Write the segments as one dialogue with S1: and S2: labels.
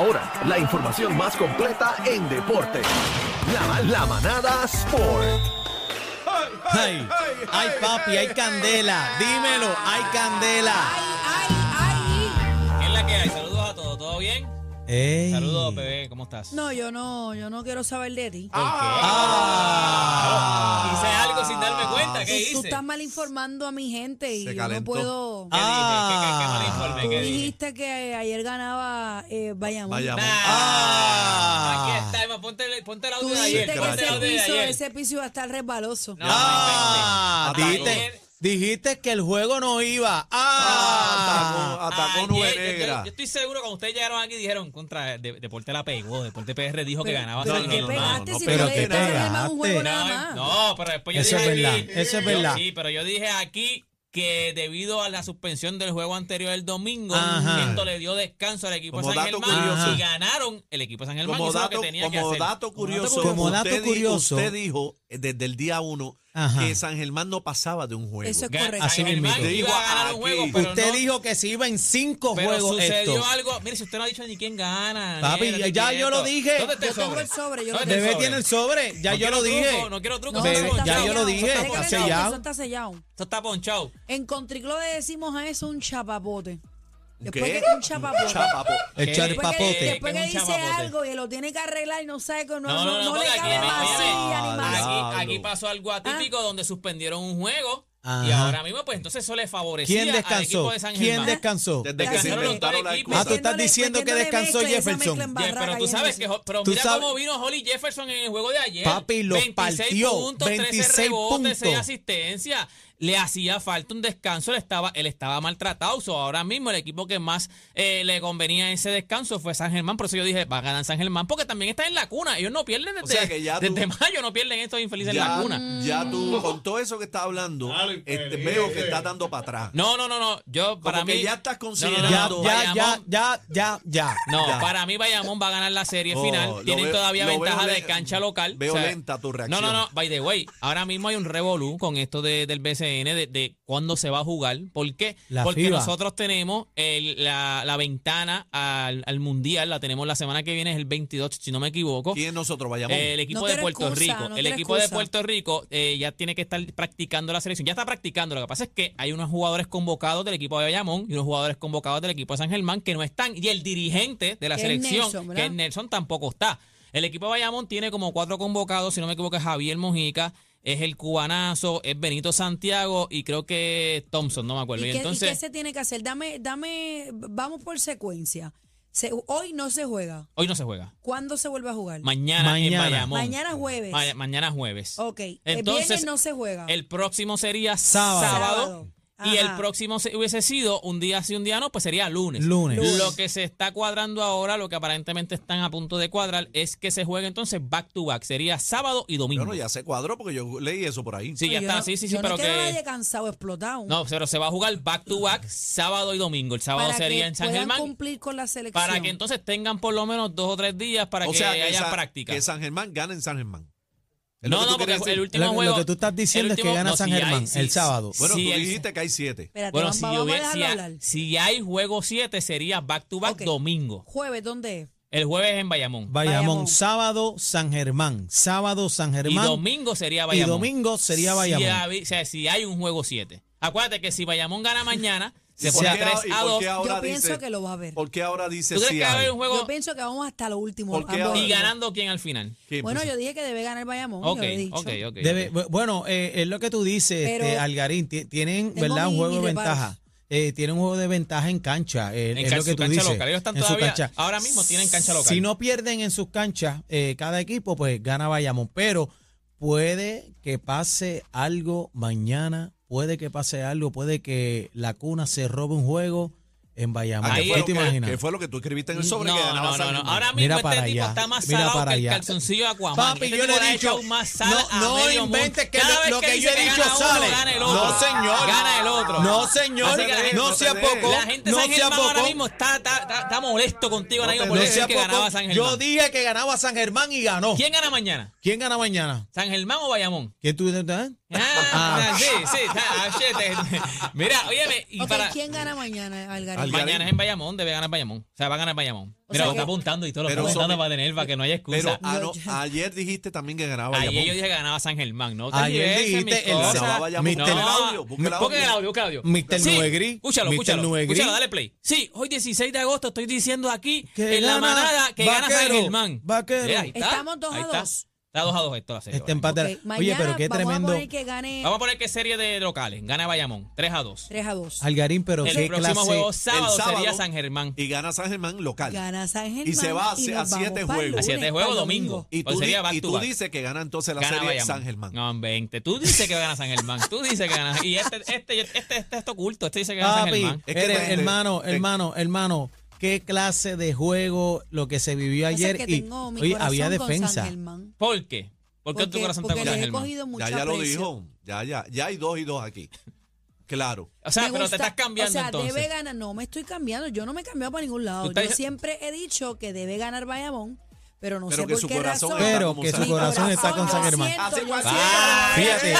S1: hora. La información más completa en deporte. La, la manada Sport.
S2: Ay, ay, papi, hay candela. Dímelo, hay candela.
S3: ¿Qué es la que hay? Saludos a todos, ¿todo bien?
S2: Ey.
S3: Saludos, bebé, ¿cómo estás?
S4: No, Ah. yo no, yo no quiero saber de ti.
S3: ¿Por qué?
S2: Ah.
S3: Hice algo sin darme cuenta,
S4: tú,
S3: ¿qué
S4: tú
S3: hice?
S4: estás mal informando a mi gente y yo
S5: Se
S4: no
S5: calentó.
S4: puedo.
S3: ¿Qué
S2: Ah.
S3: dije? ¿Qué, qué, qué mal informe?
S4: Tú
S3: ¿Qué dije?
S4: dijiste que ayer ganaba eh, Bayamón.
S5: Vaya,
S3: Nah.
S2: Ah.
S3: Aquí está, Emma, ponte, el- ponte el
S4: Tú
S3: audio de ayer.
S4: dijiste que
S3: Ponte el
S4: ese
S3: audio de
S4: piso,
S3: ayer.
S4: ese piso iba a estar resbaloso.
S3: No,
S2: Ah,
S3: inventes.
S2: dijiste,
S3: Ayer-
S2: dijiste que el juego no iba. Ah,
S5: atacó, atacó
S3: ayer,
S5: Nube
S3: yo- yo-
S5: Negra.
S3: Yo, estoy seguro cuando ustedes llegaron aquí dijeron contra de- Deporte la pegó, Deporte PR dijo que
S4: Pero-
S3: ganaba
S4: pero
S5: no,
S4: ¿qué
S5: no, no,
S4: pegaste
S5: no,
S4: si
S2: pero
S4: tú le
S2: ¿qué
S4: diste a Bayamón un juego
S2: pegaste?
S4: nada más?
S3: No, pero después yo
S2: Eso es
S3: dije
S2: verdad,
S3: aquí-
S2: eso es
S3: yo-
S2: verdad.
S3: sí, pero yo dije aquí que debido a la suspensión del juego anterior el domingo,
S2: Ajá.
S3: esto le dio descanso al equipo
S5: Como
S3: de San
S5: dato
S3: Germán
S2: curioso.
S3: y ganaron el equipo de San Germán. y
S5: Como
S3: eso es lo que
S5: dato,
S3: tenía que
S5: como
S3: hacer.
S5: dato curioso,
S2: curioso. Como dato
S5: usted, di-
S2: curioso.
S5: usted dijo eh, desde el día uno
S2: Ajá.
S5: que San Germán no pasaba de un juego.
S4: Eso es
S3: Ga-
S4: correcto.
S2: Así
S3: San Germán
S2: mismito.
S3: iba a ganar un
S5: Digo,
S3: juego,
S5: aquí.
S3: pero
S2: usted
S3: no-
S2: dijo que se iba en cinco
S3: pero
S2: juegos
S3: sucedió
S2: estos.
S3: algo. Mire, si usted no ha dicho ni quién gana.
S2: Papi,
S3: nena, ni
S2: ya
S3: quién
S2: yo
S3: esto.
S2: lo dije.
S3: ¿Dónde está
S4: Yo tengo el sobre, yo lo
S3: ¿Dónde está
S4: tengo.
S3: el
S2: Bebé
S3: sobre?
S2: tiene el sobre, ya
S3: No
S2: yo
S3: quiero
S2: lo
S3: truco,
S2: dije.
S3: No quiero truco.
S4: No,
S3: eso
S2: Bebé,
S3: está
S2: ya
S3: ponchado.
S2: yo lo dije,
S4: Eso está
S2: hace
S4: sellado,
S2: ya.
S4: Eso está sellado.
S3: Esto está ponchado.
S4: En Contriclo le decimos a eso un chapapote. Después
S5: ¿Qué?
S4: que un chapapote.
S5: Chapapo.
S2: Echar
S3: Eh,
S2: el
S4: Después que-
S3: Eh,
S2: papote.
S4: Después
S3: que
S4: que
S3: es un
S4: dice
S3: chapapote.
S4: algo y lo tiene que arreglar y no sabe que no,
S3: No, no,
S4: no-
S3: no,
S4: no le
S3: porque aquí
S4: cabe
S3: me-
S4: más Ah.
S3: oye,
S4: silla ni más
S5: Ah,
S3: Aquí,
S5: Diablo.
S3: aquí pasó algo atípico donde suspendieron un juego y
S2: Ajá.
S3: ahora mismo pues entonces eso le favorecía
S2: ¿Quién
S3: al equipo
S2: descansó?
S3: de San
S2: ¿Quién
S3: Germán.
S2: descansó?
S5: Desde que se
S3: Descansaron los
S5: inventaron
S3: dos
S5: la
S3: equipos.
S2: Ah, tú estás
S5: excusa.
S4: Metiéndole-
S2: diciendo que
S4: metiéndole
S2: descansó
S4: mezcla, esa
S2: Jefferson.
S4: mezcla en
S3: Ya,
S4: barraca
S3: pero tú
S4: y
S3: sabes
S4: eso.
S3: que jo- pero
S2: Tú
S3: mira
S2: sabes-
S3: cómo vino Holly Jefferson en el juego de ayer.
S2: Papi, los
S3: 26
S2: partió,
S3: puntos, 13
S2: 26
S3: rebotes, 6
S2: puntos.
S3: asistencias. Le hacía falta un descanso, él estaba, él estaba maltratado. So, ahora mismo el equipo que más eh, le convenía ese descanso fue San Germán. Por eso yo dije, va a ganar San Germán, porque también está en la cuna. Ellos no pierden desde,
S5: sea que ya tú-
S3: desde mayo, no pierden estos infelices en
S5: Ya,
S3: la cuna.
S5: ya
S4: Mm.
S5: tú, con todo eso que estás hablando, este, veo que estás dando para atrás.
S3: No, no, no, no. Yo, para
S5: que
S3: mí.
S5: ya estás
S3: No, no, no,
S2: Ya,
S5: considerando-
S3: no,
S2: ya, ya,
S3: Bayamón-
S2: ya, ya, ya.
S3: No,
S5: Ya.
S3: para mí Bayamón va a ganar la serie
S5: Oh,
S3: final.
S5: lo
S3: Tienen
S5: veo-
S3: todavía
S5: lo
S3: ventaja
S5: veo
S3: de
S5: le-
S3: cancha local.
S5: veo lenta tu reacción.
S3: No, no, no. By the way, ahora mismo hay un revolú con esto de- del BCN de, de cuándo se va a jugar. ¿Por qué?
S2: La
S3: Porque
S2: FIBA.
S3: nosotros tenemos el- la, la ventana al, al Mundial. La tenemos la semana que viene, es el 22, si no me equivoco.
S5: ¿Quién nosotros vayamos?
S3: El equipo
S4: No
S3: de
S4: quiero
S3: Puerto
S4: excusa,
S3: Rico.
S4: no
S3: el
S4: quiero
S3: equipo de
S4: excusa.
S3: Puerto Rico eh, ya tiene que estar practicando la selección. Ya está practicando. Lo que pasa es que hay unos jugadores convocados del equipo de Bayamón y unos jugadores convocados del equipo de San Germán que no están. Y el dirigente de la
S4: Que es
S3: selección,
S4: Nelson, ¿verdad?
S3: que es Nelson, tampoco está. El equipo de Bayamón tiene como cuatro convocados, si no me equivoco, es Javier Mojica. Es el cubanazo, es Benito Santiago y creo que Thompson, no me
S4: ¿Y
S3: acuerdo.
S4: qué,
S3: Y,
S4: y
S3: entonces,
S4: qué se tiene que hacer? Dame, dame, vamos por secuencia. Se- hoy no se juega.
S3: hoy no se juega.
S4: ¿Cuándo se vuelve a jugar?
S3: Mañana,
S2: Mañana.
S3: en Bayamón.
S4: Mañana jueves.
S3: Ma- mañana jueves.
S4: ok. el
S3: Entonces,
S4: viernes Eh, no se juega.
S3: El próximo sería
S2: Sábado.
S3: sábado.
S4: Sábado.
S3: Y el
S4: Ajá.
S3: próximo se- hubiese sido un día sí, un día no, pues sería lunes.
S2: Lunes. Lunes.
S3: Lo que se está cuadrando ahora, lo que aparentemente están a punto de cuadrar, es que se juegue entonces back to back. Sería sábado y domingo.
S5: Yo no, ya se cuadró porque yo leí eso por ahí.
S3: Sí, ya
S4: Pues Yo
S3: está.
S4: no-
S3: sí, sí, sí,
S4: yo
S3: pero
S4: no quiero a nadie
S3: que.
S4: cansado, explotado.
S3: No, pero se va a jugar back to back sábado y domingo. El sábado
S4: para
S3: sería
S4: que
S3: en San
S4: puedan
S3: Germán.
S4: cumplir con la selección.
S3: Para que entonces tengan por lo menos dos o tres días para
S5: o
S3: que
S5: sea,
S3: haya
S5: San-
S3: práctica.
S5: que San Germán gane en San Germán. ¿Es lo
S3: No,
S5: que tú
S3: no, porque
S5: quieres decir?
S3: el último
S2: Lo que- lo
S3: juego.
S2: que tú estás
S3: el
S2: diciendo es que gana San
S3: si hay-
S2: Germán el sábado.
S5: Bueno,
S3: si
S5: tú
S3: el-
S5: dijiste que hay siete.
S4: Espérate,
S3: Bueno,
S4: vamos,
S3: si,
S4: vamos a
S3: hubiera-
S4: dejarlo
S3: si, ha-
S4: hablar.
S3: si hay juego 7, sería back to back
S4: Ok.
S3: domingo.
S4: Jueves, ¿dónde es?
S3: El jueves en Bayamón.
S2: Bayamón,
S4: Bayamón.
S2: sábado San Germán, sábado San
S3: y
S2: Germán.
S3: domingo sería
S2: Y
S3: Bayamón.
S2: domingo sería
S3: Si,
S2: Bayamón.
S3: habi- o sea, si hay un juego 7. Acuérdate que si Bayamón gana mañana,
S5: ¿Y
S3: se
S5: por
S3: pone
S5: qué a-
S3: 3
S5: y
S3: a
S5: por
S3: 2.
S5: qué
S3: ¿Tú
S5: ahora
S4: Yo pienso
S5: dice-
S4: que lo va a ver.
S5: ¿por qué ahora dice
S3: crees
S5: sí
S3: que va a haber
S5: hay?
S3: un
S4: Yo
S3: juego
S4: pienso que vamos hasta lo último.
S5: ¿Por qué
S4: ambos
S5: ahora?
S3: y
S4: equipos.
S3: ganando quién al final?
S5: ¿Quién
S4: Bueno,
S5: puso?
S4: yo dije que debe ganar Bayamón.
S3: Ok,
S4: yo lo he dicho.
S3: ok, ok.
S2: Debe-
S3: ok.
S2: bu- Bueno, eh, es lo que tú dices,
S4: Pero-
S2: este, Algarín. ti- Tienen,
S4: Tengo
S2: ¿verdad? Un
S4: mi-
S2: juego de
S4: mis reparos.
S2: ventaja. Eh, tienen un juego de ventaja en cancha. eh,
S3: En
S2: es
S3: cancha-
S2: lo que
S3: su
S2: tú
S3: cancha
S2: dices.
S3: local. Ellos están
S2: en su
S3: todavía- ahora mismo tienen cancha local.
S2: Si no pierden en sus canchas, eh, cada equipo, pues gana Bayamón. Pero puede que pase algo mañana, puede que pase algo, puede que la cuna se robe un juego en Bayamón.
S5: Ah,
S3: Ahí
S5: ¿qué
S2: ¿Qué
S5: fue
S3: es-
S5: lo
S2: te imaginas?
S5: que fue lo que tú escribiste en el sobre
S3: no,
S5: que ganaba
S3: no,
S5: San
S3: no, no.
S5: Germán?
S3: Ahora mismo
S2: Mira
S3: este
S2: para
S3: tipo
S2: allá,
S3: está más
S2: mira
S3: salado
S2: para
S3: que el
S2: allá.
S3: calzoncillo de Aquaman.
S2: Papi, yo
S3: Este tipo
S2: le he
S3: ha echado
S2: dicho,
S3: más sal a
S2: no, no
S3: medio mundo.
S2: inventes que
S3: Cada
S2: lo,
S3: vez
S2: lo que yo
S3: dice
S2: he dicho
S3: gana uno,
S2: sale.
S3: gana el otro.
S2: No, señor.
S3: Gana el otro.
S2: No, señor.
S3: Así que la gente-
S2: No sea poco.
S3: La gente de
S2: No
S3: San
S2: sea
S3: Germán ahora
S2: poco.
S3: mismo está, está, está, está molesto contigo ahora mismo por
S2: No
S3: decir
S2: sea
S3: que ganaba San
S2: poco.
S3: Germán.
S2: Yo dije que ganaba San Germán y ganó.
S3: ¿Quién gana mañana?
S2: ¿Quién gana mañana?
S3: ¿San Germán o Bayamón?
S2: ¿Quién tú eh?
S3: Ah, sí, sí. ah, shit, eh, Mira, óyeme, y
S4: Ok,
S3: para,
S4: ¿quién gana mañana, Algarín?
S5: Algarín.
S3: mañana es en Bayamón, debe ganar Bayamón. O sea, va a ganar Bayamón.
S4: O
S3: Mira,
S4: sea
S3: lo
S4: que-
S3: está apuntando y todo, lo está
S5: Pero son-
S3: apuntando para tener, para que no haya
S5: Pero
S3: excusa.
S5: ah, no,
S4: Yo-
S5: ayer dijiste también que ganaba
S3: Ayer
S5: Bayamón.
S3: yo dije que ganaba San Germán, ¿no? te
S2: Ayer
S3: lleves,
S2: dijiste
S3: mi
S2: el
S3: cosa.
S5: sábado Bayamón.
S3: No,
S2: Busca el
S5: audio, busca el
S3: busca el
S5: audio.
S3: audio, busca el audio.
S2: Mr. Nube Gris,
S3: Escúchalo,
S2: Mr.
S3: escúchalo.
S2: Nube Gris.
S3: Escúchalo, dale play. Sí, hoy 16 de agosto estoy diciendo aquí
S2: Que
S3: en la
S2: gana
S3: manada que gana San
S2: Vaquero,
S3: Germán.
S2: Vaquero.
S3: Mira, ahí está,
S4: Estamos dos
S3: ahí
S4: a
S3: está.
S4: dos.
S3: Está 2 a 2 esto la serie.
S2: Este
S3: ahora mismo.
S2: empate.
S4: Ok,
S2: Oye,
S4: mañana
S2: pero qué
S4: vamos
S2: tremendo.
S4: a poner que gane
S3: Vamos a poner que serie de locales. Gana Bayamón, 3 a 2.
S4: 3 a 2.
S2: Algarín, pero
S3: El
S2: qué
S3: próximo
S2: clase.
S3: juego sábado,
S5: El sábado.
S3: sería San Germán.
S5: Y gana San Germán local.
S4: Gana San Germán.
S5: Y se va a- a
S4: nos vamos pa'l
S5: siete juegos.
S3: A
S5: lunes,
S3: siete
S4: pa'l
S3: juegos domingo.
S5: Y tú,
S3: Pues sería
S5: di-
S3: back
S5: y
S3: to
S5: tú
S3: back.
S5: dices que gana entonces la
S3: Gana
S5: serie
S3: Bayamón.
S5: San Germán.
S3: No, 20. Tú dices que gana San Germán. Tú dices que gana. Y este, este, este, este, está oculto. Este dice que gana San
S2: Papi,
S3: Germán.
S5: Es que
S2: eres-
S5: te-
S2: hermano,
S5: te-
S2: hermano, hermano, qué clase de juego lo que se vivió
S4: Pasa
S2: ayer
S4: que
S2: y
S4: tengo mi
S2: oye,
S4: corazón
S2: había
S4: con San
S2: defensa.
S4: Germán.
S3: ¿Por qué? ¿Por qué tu corazón está
S4: porque
S3: con San
S4: les he
S3: Germán?
S4: cogido mucho
S5: Ya, ya lo
S4: aprecio.
S5: dijo. Ya, ya. Ya hay dos y dos aquí. Claro.
S3: O sea,
S4: Me
S3: pero
S4: gusta-
S3: te estás cambiando
S4: O sea,
S3: entonces.
S4: debe ganar. No me estoy cambiando. Yo no me he cambiado para ningún lado.
S3: Tú estás-
S4: Yo siempre he dicho que debe ganar Bayamón, pero no
S5: Pero
S4: sé
S5: que
S4: por
S5: su
S4: qué
S5: corazón
S4: razón.
S5: está
S2: Pero
S5: como
S2: que
S5: San
S2: su
S5: Germán.
S2: corazón está con San Germán.
S4: Yo siento, yo
S5: cual-
S4: siento.
S5: Ah,
S2: Fíjate.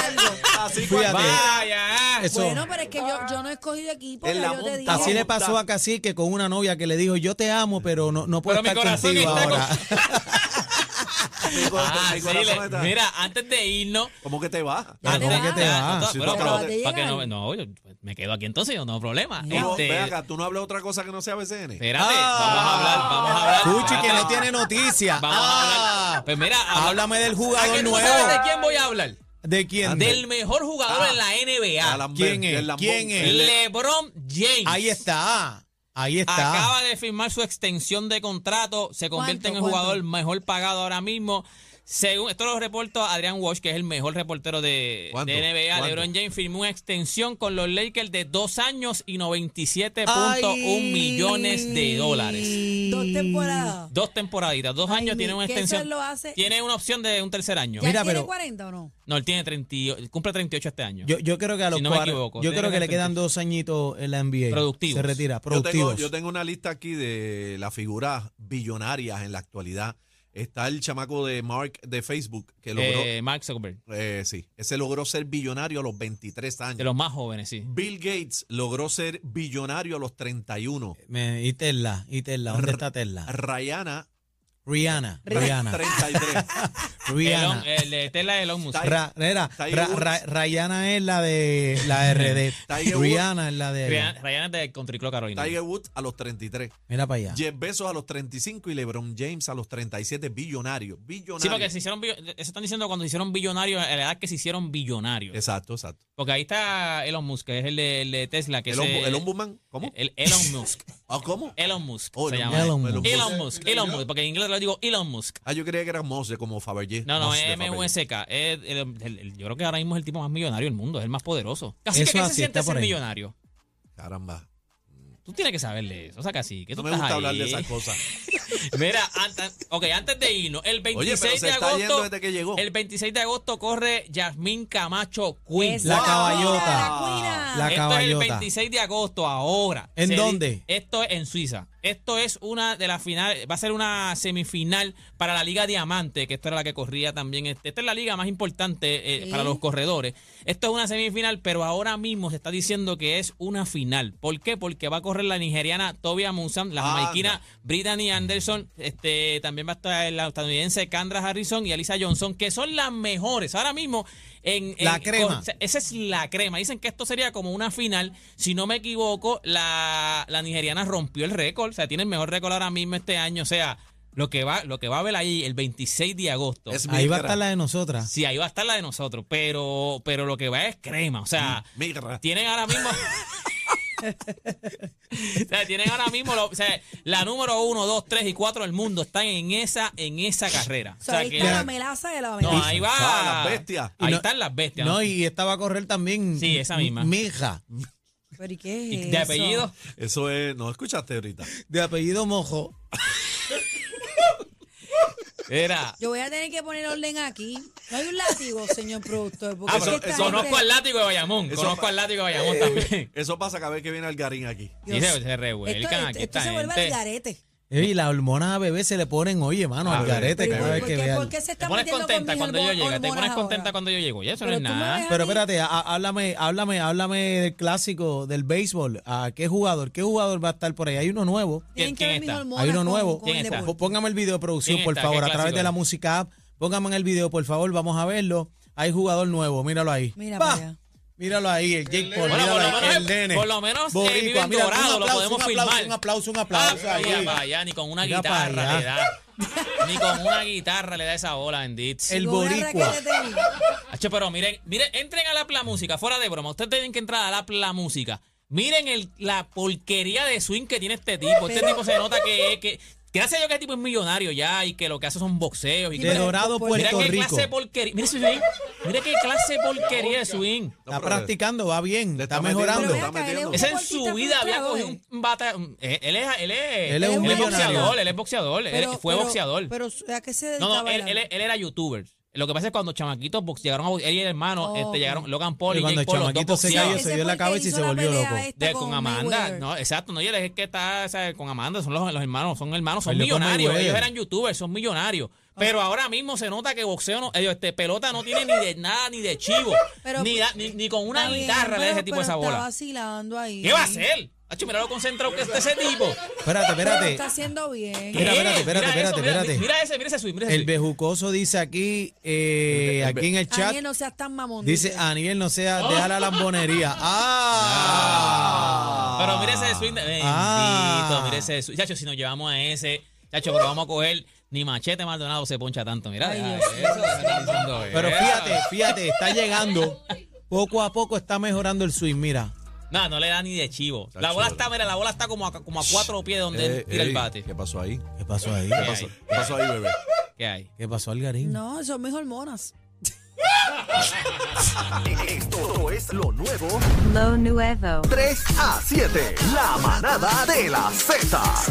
S5: Así cual-
S2: Fíjate.
S3: Vaya.
S2: Eso.
S4: Bueno, pero es que yo, yo no he escogido equipo.
S5: En
S4: ya
S5: la
S4: yo te
S5: monta.
S2: Así
S4: dije.
S2: le pasó a Cacique con una novia que le dijo, yo te amo, pero no, no puedo
S3: Pero mi
S2: estar
S3: corazón
S2: contigo
S3: está con-
S2: ahora.
S5: Mi cor-
S3: Ah,
S5: mi
S3: sí,
S5: corazón
S3: le-
S5: está-
S3: mira, antes de irnos.
S5: ¿Cómo que te baja?
S4: Ya
S2: Pero
S4: te
S2: ¿cómo
S4: vas.
S2: que te
S3: Ah,
S2: vas?
S3: no,
S5: Sí,
S3: pero
S5: te
S3: para-
S5: acabas
S4: de
S3: para que no,
S4: llegar.
S3: no, yo pues, me quedo aquí entonces, yo no problema.
S5: Tú no-
S3: Este,
S5: ven acá, tú no hablas otra cosa que no sea BCN.
S3: espérate, vamos a hablar, vamos a hablar.
S2: Cuchi, Ah. que no
S3: espérate.
S2: tiene noticias.
S3: Vamos a
S2: Ah,
S3: hablar. Pues mira, habla-
S2: háblame del
S3: ¿sabes
S2: jugador
S3: que tú
S2: nuevo.
S3: sabes de quién voy a hablar?
S2: ¿De quién?
S3: Del mejor jugador
S5: Ah,
S3: en la NBA.
S5: Alan
S2: ¿Quién
S5: Bell,
S2: es?
S5: el Lambón.
S2: ¿Quién es?
S5: El-
S3: LeBron James.
S2: Ahí está. Ahí está.
S3: Acaba de firmar su extensión de contrato, se convierte en el
S4: ¿Cuánto, cuánto?
S3: jugador mejor pagado ahora mismo. Según esto lo reporta Adrián Walsh, que es el mejor reportero de,
S5: ¿Cuánto?
S3: de NBA.
S5: ¿Cuánto?
S3: LeBron James firmó una extensión con los Lakers de dos años y 97.1
S2: Ay.
S3: millones de dólares.
S4: Dos temporadas.
S3: Dos temporaditas, dos
S4: Ay,
S3: años
S4: mi,
S3: tiene una
S4: que eso
S3: extensión.
S4: lo hace-
S3: Tiene una opción de un tercer año.
S4: ¿Ya
S2: Mira,
S4: tiene
S2: pero-
S4: 40 o no?
S3: No, él tiene 30, cumple 38 este año.
S2: Yo, yo creo que a los
S3: Si no me
S2: cuar-
S3: equivoco,
S2: yo
S3: tiene
S2: creo
S3: que
S2: que le
S3: tener
S2: quedan dos añitos en la NBA.
S3: Productivos.
S2: Se retira,
S5: Yo tengo,
S2: productivos.
S5: yo tengo una lista aquí de las figuras billonarias en la actualidad. Está el chamaco de Mark de Facebook que logró,
S3: Eh, Mark Zuckerberg,
S5: eh, sí, ese logró ser billonario a los 23
S3: de
S5: años.
S3: los más jóvenes, sí.
S5: Bill Gates logró ser billonario a los 31.
S2: Me- y Tesla, y Tesla, ¿dónde
S5: R-
S2: está Tesla?
S5: Rihanna,
S2: Rihanna, Rihanna,
S5: 33.
S2: Rihanna.
S3: Elon- el de Tela de Elon Musk.
S5: Está-
S2: Ra- era,
S5: Tiger
S2: Ra-
S5: Woods.
S2: Ra- Rihanna es la de la de
S5: Tiger
S2: RD.
S5: Woods.
S2: Rihanna es la de
S3: Rihanna Rihanna es de Country Club Carolina.
S5: Tiger Woods a los 33.
S2: Mira para allá.
S5: Jeff Bezos a los 35 y LeBron James a los 37. Billonario. Billonario.
S3: Sí, porque se hicieron billo- eso están diciendo cuando se hicieron billonarios, a la edad que se hicieron billonarios.
S5: Exacto, exacto.
S3: Porque ahí está Elon Musk, que es el de, el de Tesla, que
S5: El,
S3: es
S5: ombu- el ombudsman, ¿cómo?
S3: el Elon Musk.
S5: Ah, ¿Cómo?
S3: Elon Musk
S5: Oh,
S3: eh, se
S5: el
S3: llama.
S5: ombudsman,
S2: Elon
S5: el
S2: Musk.
S5: ombudsman.
S3: Elon Musk, Elon Musk, porque en inglés lo digo Elon Musk.
S5: Ah, yo creía que era Mose como Fabergé.
S3: No, no,
S5: Mos
S3: es
S5: de Fabergé.
S3: MUSK. Es el- el- el- yo creo que ahora mismo es el tipo más millonario del mundo, es el más poderoso. Así
S2: Eso así
S3: que ¿qué se
S2: está
S3: siente
S2: por
S3: ser
S2: ahí.
S3: millonario?
S5: Caramba.
S3: Tú tienes que saberle eso, o sea, casi. Que tú
S5: No me
S3: estás
S5: gusta
S3: ahí.
S5: hablar de esas cosas.
S3: Mira, antes, ok, antes de irnos, el 26
S5: Oye, pero se
S3: de
S5: está
S3: agosto.
S5: yendo desde que llegó.
S3: El 26 de agosto corre Yasmín Camacho Queen.
S4: Esa
S2: La
S4: cuina,
S2: caballota.
S4: la cuina.
S2: La-
S3: esto
S2: caballota.
S3: es el 26 de agosto ahora.
S2: ¿En
S3: di-
S2: dónde?
S3: Esto es en Suiza. Esto es una de las finales, va a ser una semifinal para la Liga Diamante, que esta era la que corría también. este- Esta es la liga más importante eh,
S4: Sí.
S3: para los corredores. Esto es una semifinal, pero ahora mismo se está diciendo que es una final. ¿Por qué? Porque va a correr la nigeriana Tobia Musam, la
S5: Anda.
S3: jamaiquina Brittany Anderson, este, también va a estar la estadounidense Kendra Harrison y Alisa Johnson, que son las mejores ahora mismo en... en-
S2: La crema.
S3: o sea, esa es la crema. Dicen que esto sería como una final. Si no me equivoco, la, la nigeriana rompió el récord. O sea, tiene el mejor récord ahora mismo este año. O sea, lo que va, lo que va a haber ahí el 26 de agosto.
S5: Es
S2: Ahí va a
S5: migra.
S2: estar la de nosotras.
S3: Sí, ahí va a estar la de nosotros. Pero, pero lo que va es crema. O sea,
S5: Migra.
S3: tienen ahora mismo. O sea, tienen ahora mismo lo- o sea, la número uno, dos, tres y cuatro del mundo están en esa, en esa carrera. O
S4: O sea,
S3: sea
S4: ahí
S3: que.
S4: está la melaza de la
S3: No,
S4: melaza.
S3: ahí va.
S5: Ah, las bestias.
S2: Y
S3: Ahí
S2: no-
S3: están las bestias.
S2: No, y esta va a correr también.
S3: Sí, esa misma.
S2: Mija,
S4: ¿Pero y qué es
S3: ¿Y
S4: eso?
S3: de apellido.
S5: Eso es. No escuchaste ahorita.
S2: de apellido Mojo.
S3: Era.
S4: Yo voy a tener que poner orden aquí. No hay un látigo, señor productor. Porque
S3: Ah,
S4: es
S5: Eso-
S3: pero
S4: que esta
S3: conozco
S4: gente-
S3: al látigo de Bayamón.
S5: Eso-
S3: Conozco al látigo de
S4: Eh,
S3: Bayamón también.
S5: Eso pasa cada vez que viene Algarín aquí.
S3: Sí, se, se revuelcan
S4: Esto,
S3: aquí
S4: esto
S3: esta
S4: se vuelve
S3: gente.
S4: al garete.
S2: Eh, Y las hormonas a bebé se le ponen, oye, mano,
S5: A
S2: al
S5: ver,
S2: garete
S5: pero
S2: cada vez
S4: ¿por
S2: que
S4: qué-
S2: vean.
S4: por qué se
S3: Te
S4: está
S3: pones
S4: metiendo
S3: contenta
S4: con mis
S3: cuando yo llego, te
S4: hormonas
S3: pones
S4: ahora?
S3: contenta cuando yo llego. Y eso no
S4: Pero
S3: es
S4: tú me
S3: nada.
S4: dejas-
S2: Pero espérate, a- a- háblame, háblame, háblame del clásico del béisbol. ¿A qué jugador? ¿Qué jugador va a estar por ahí? Hay uno nuevo.
S4: Tienen que
S3: ¿Quién
S4: ver mis
S3: está?
S4: hormonas
S2: Hay uno
S4: con-
S2: nuevo.
S4: con
S3: ¿Quién
S4: el
S3: está?
S4: deporte.
S2: Po- Póngame el video de producción,
S3: ¿Quién
S2: por
S3: está?
S2: favor,
S3: ¿Qué
S2: a través
S3: clásico
S2: de la
S3: es?
S2: música app. Póngame en el video, por favor, vamos a verlo. Hay jugador nuevo, míralo ahí.
S4: Mira
S2: ¡Pah!
S4: para allá.
S2: Míralo ahí, el Jake Paul,
S3: Bueno,
S2: míralo
S3: por lo
S2: ahí,
S3: menos-
S2: el nene.
S3: por lo menos, eh,
S2: Boricua,
S3: vive en
S2: mira, un
S3: Dorado, lo
S2: aplauso,
S3: podemos
S2: un aplauso,
S3: filmar.
S2: Un aplauso, un
S3: Ah,
S2: aplauso. ahí.
S3: vaya, vaya, ni con una
S2: Mira pa'
S3: guitarra
S2: allá.
S3: le da. Ni con una guitarra le da esa bola, bendito.
S2: El
S4: Con una
S2: boricua.
S4: raqueta de tenis.
S3: Hacho, pero miren, miren, entren a la Pla Música, fuera de broma. Ustedes tienen que entrar a la Pla Música. Miren el- la porquería de swing que tiene este tipo. Este
S4: Pero-
S3: tipo se nota que, que, que hace yo que el tipo es millonario ya y que lo que hace son boxeos. Y
S2: De
S3: que,
S2: Dorado,
S4: Mira
S3: mira
S2: Puerto
S3: qué
S2: Rico.
S3: clase de porquería. Mira ese swing. Mira qué clase de porquería de swing.
S2: Está practicando, va bien,
S5: Le
S2: está
S5: está metiendo,
S2: mejorando.
S4: Pero ven acá,
S5: está
S4: él es
S5: metiendo.
S4: un
S3: Ese en
S4: deportista
S3: su vida había
S4: frustrado,
S3: cogido
S4: ¿eh?
S3: un bata. un- eh, Él es, él es,
S2: Él es
S4: un
S3: él es
S4: millonario.
S3: boxeador, él es boxeador. Él,
S4: Pero-
S3: fue
S4: pero-
S3: boxeador.
S4: Pero ¿a qué se
S3: No, no,
S4: dedicaba
S3: él,
S4: el-
S3: él- él era youtuber. Lo que pasa es cuando chamaquitos box, llegaron a box- él y el hermano,
S4: Oh.
S3: este, llegaron Logan Paul
S2: Y
S3: y,
S2: cuando
S3: Jake Paul, los dos
S2: chamaquito se
S3: boxeadores.
S2: cayó,
S4: Ese
S2: se vio
S4: fue
S2: la
S4: el que
S2: cabeza y
S4: hizo
S2: se
S4: la
S2: volvió
S4: pelea
S2: loco.
S4: esta
S3: De- con, Amanda,
S4: Mayweather.
S3: no, exacto, no, y él es que está o sea, con Amanda, son los, los hermanos, son hermanos, son
S2: Perdió con
S3: millonarios,
S2: Mayweather.
S3: ellos eran youtubers, son millonarios.
S4: Ah.
S3: Pero ahora mismo se nota que boxeo no, ellos, este, pelota no tiene ni de nada, ni de chivo,
S4: Pero-
S3: ni, da- ni, ni con una
S4: Está bien,
S3: guitarra le da
S4: pero-
S3: ese tipo de
S4: pero
S3: esa
S4: está
S3: bola.
S4: vacilando ahí.
S3: ¿Qué va a hacer? Hacho, mira lo concentrado que está ese tipo.
S2: Espérate,
S4: Pero lo
S2: espérate.
S4: está haciendo bien.
S2: Mira,
S3: ¿Qué?
S2: espérate, espérate,
S3: Mira eso,
S2: espérate,
S3: mira-
S2: espérate.
S3: Mira ese, mira ese swing, mira ese
S2: El
S3: swing.
S2: bejucoso dice aquí, eh, aquí en el chat,
S4: Daniel, no seas tan mamón.
S2: dice, Aniel, no sea, deja la lambonería. ¡Ah!
S3: Pero mire ese swing. de- Bendito,
S2: Ah.
S3: mire ese swing. Chacho, si nos llevamos a ese. Chacho, pero vamos a coger. Ni machete Maldonado se poncha tanto. Mira,
S4: Ay,
S3: ya,
S4: Dios
S3: eso, eso está diciendo,
S2: Pero
S3: eh.
S2: fíjate, fíjate, está llegando. Poco a poco está mejorando el swing, mira.
S3: No, no le da ni de chivo.
S5: Chacho,
S3: La bola
S5: bro.
S3: está, mira, la bola está como a, como a cuatro pies de donde él
S5: Eh,
S3: tira el
S5: ey,
S3: bate.
S5: ¿Qué pasó ahí?
S2: ¿Qué pasó ahí?
S3: ¿Qué hay?
S5: ¿Qué pasó ahí, bebé?
S3: ¿Qué hay?
S2: ¿Qué pasó, Algarín?
S4: No, son mis hormonas.
S1: Esto es lo nuevo
S6: Lo Nuevo.
S1: 3 a 7. La manada de la Z.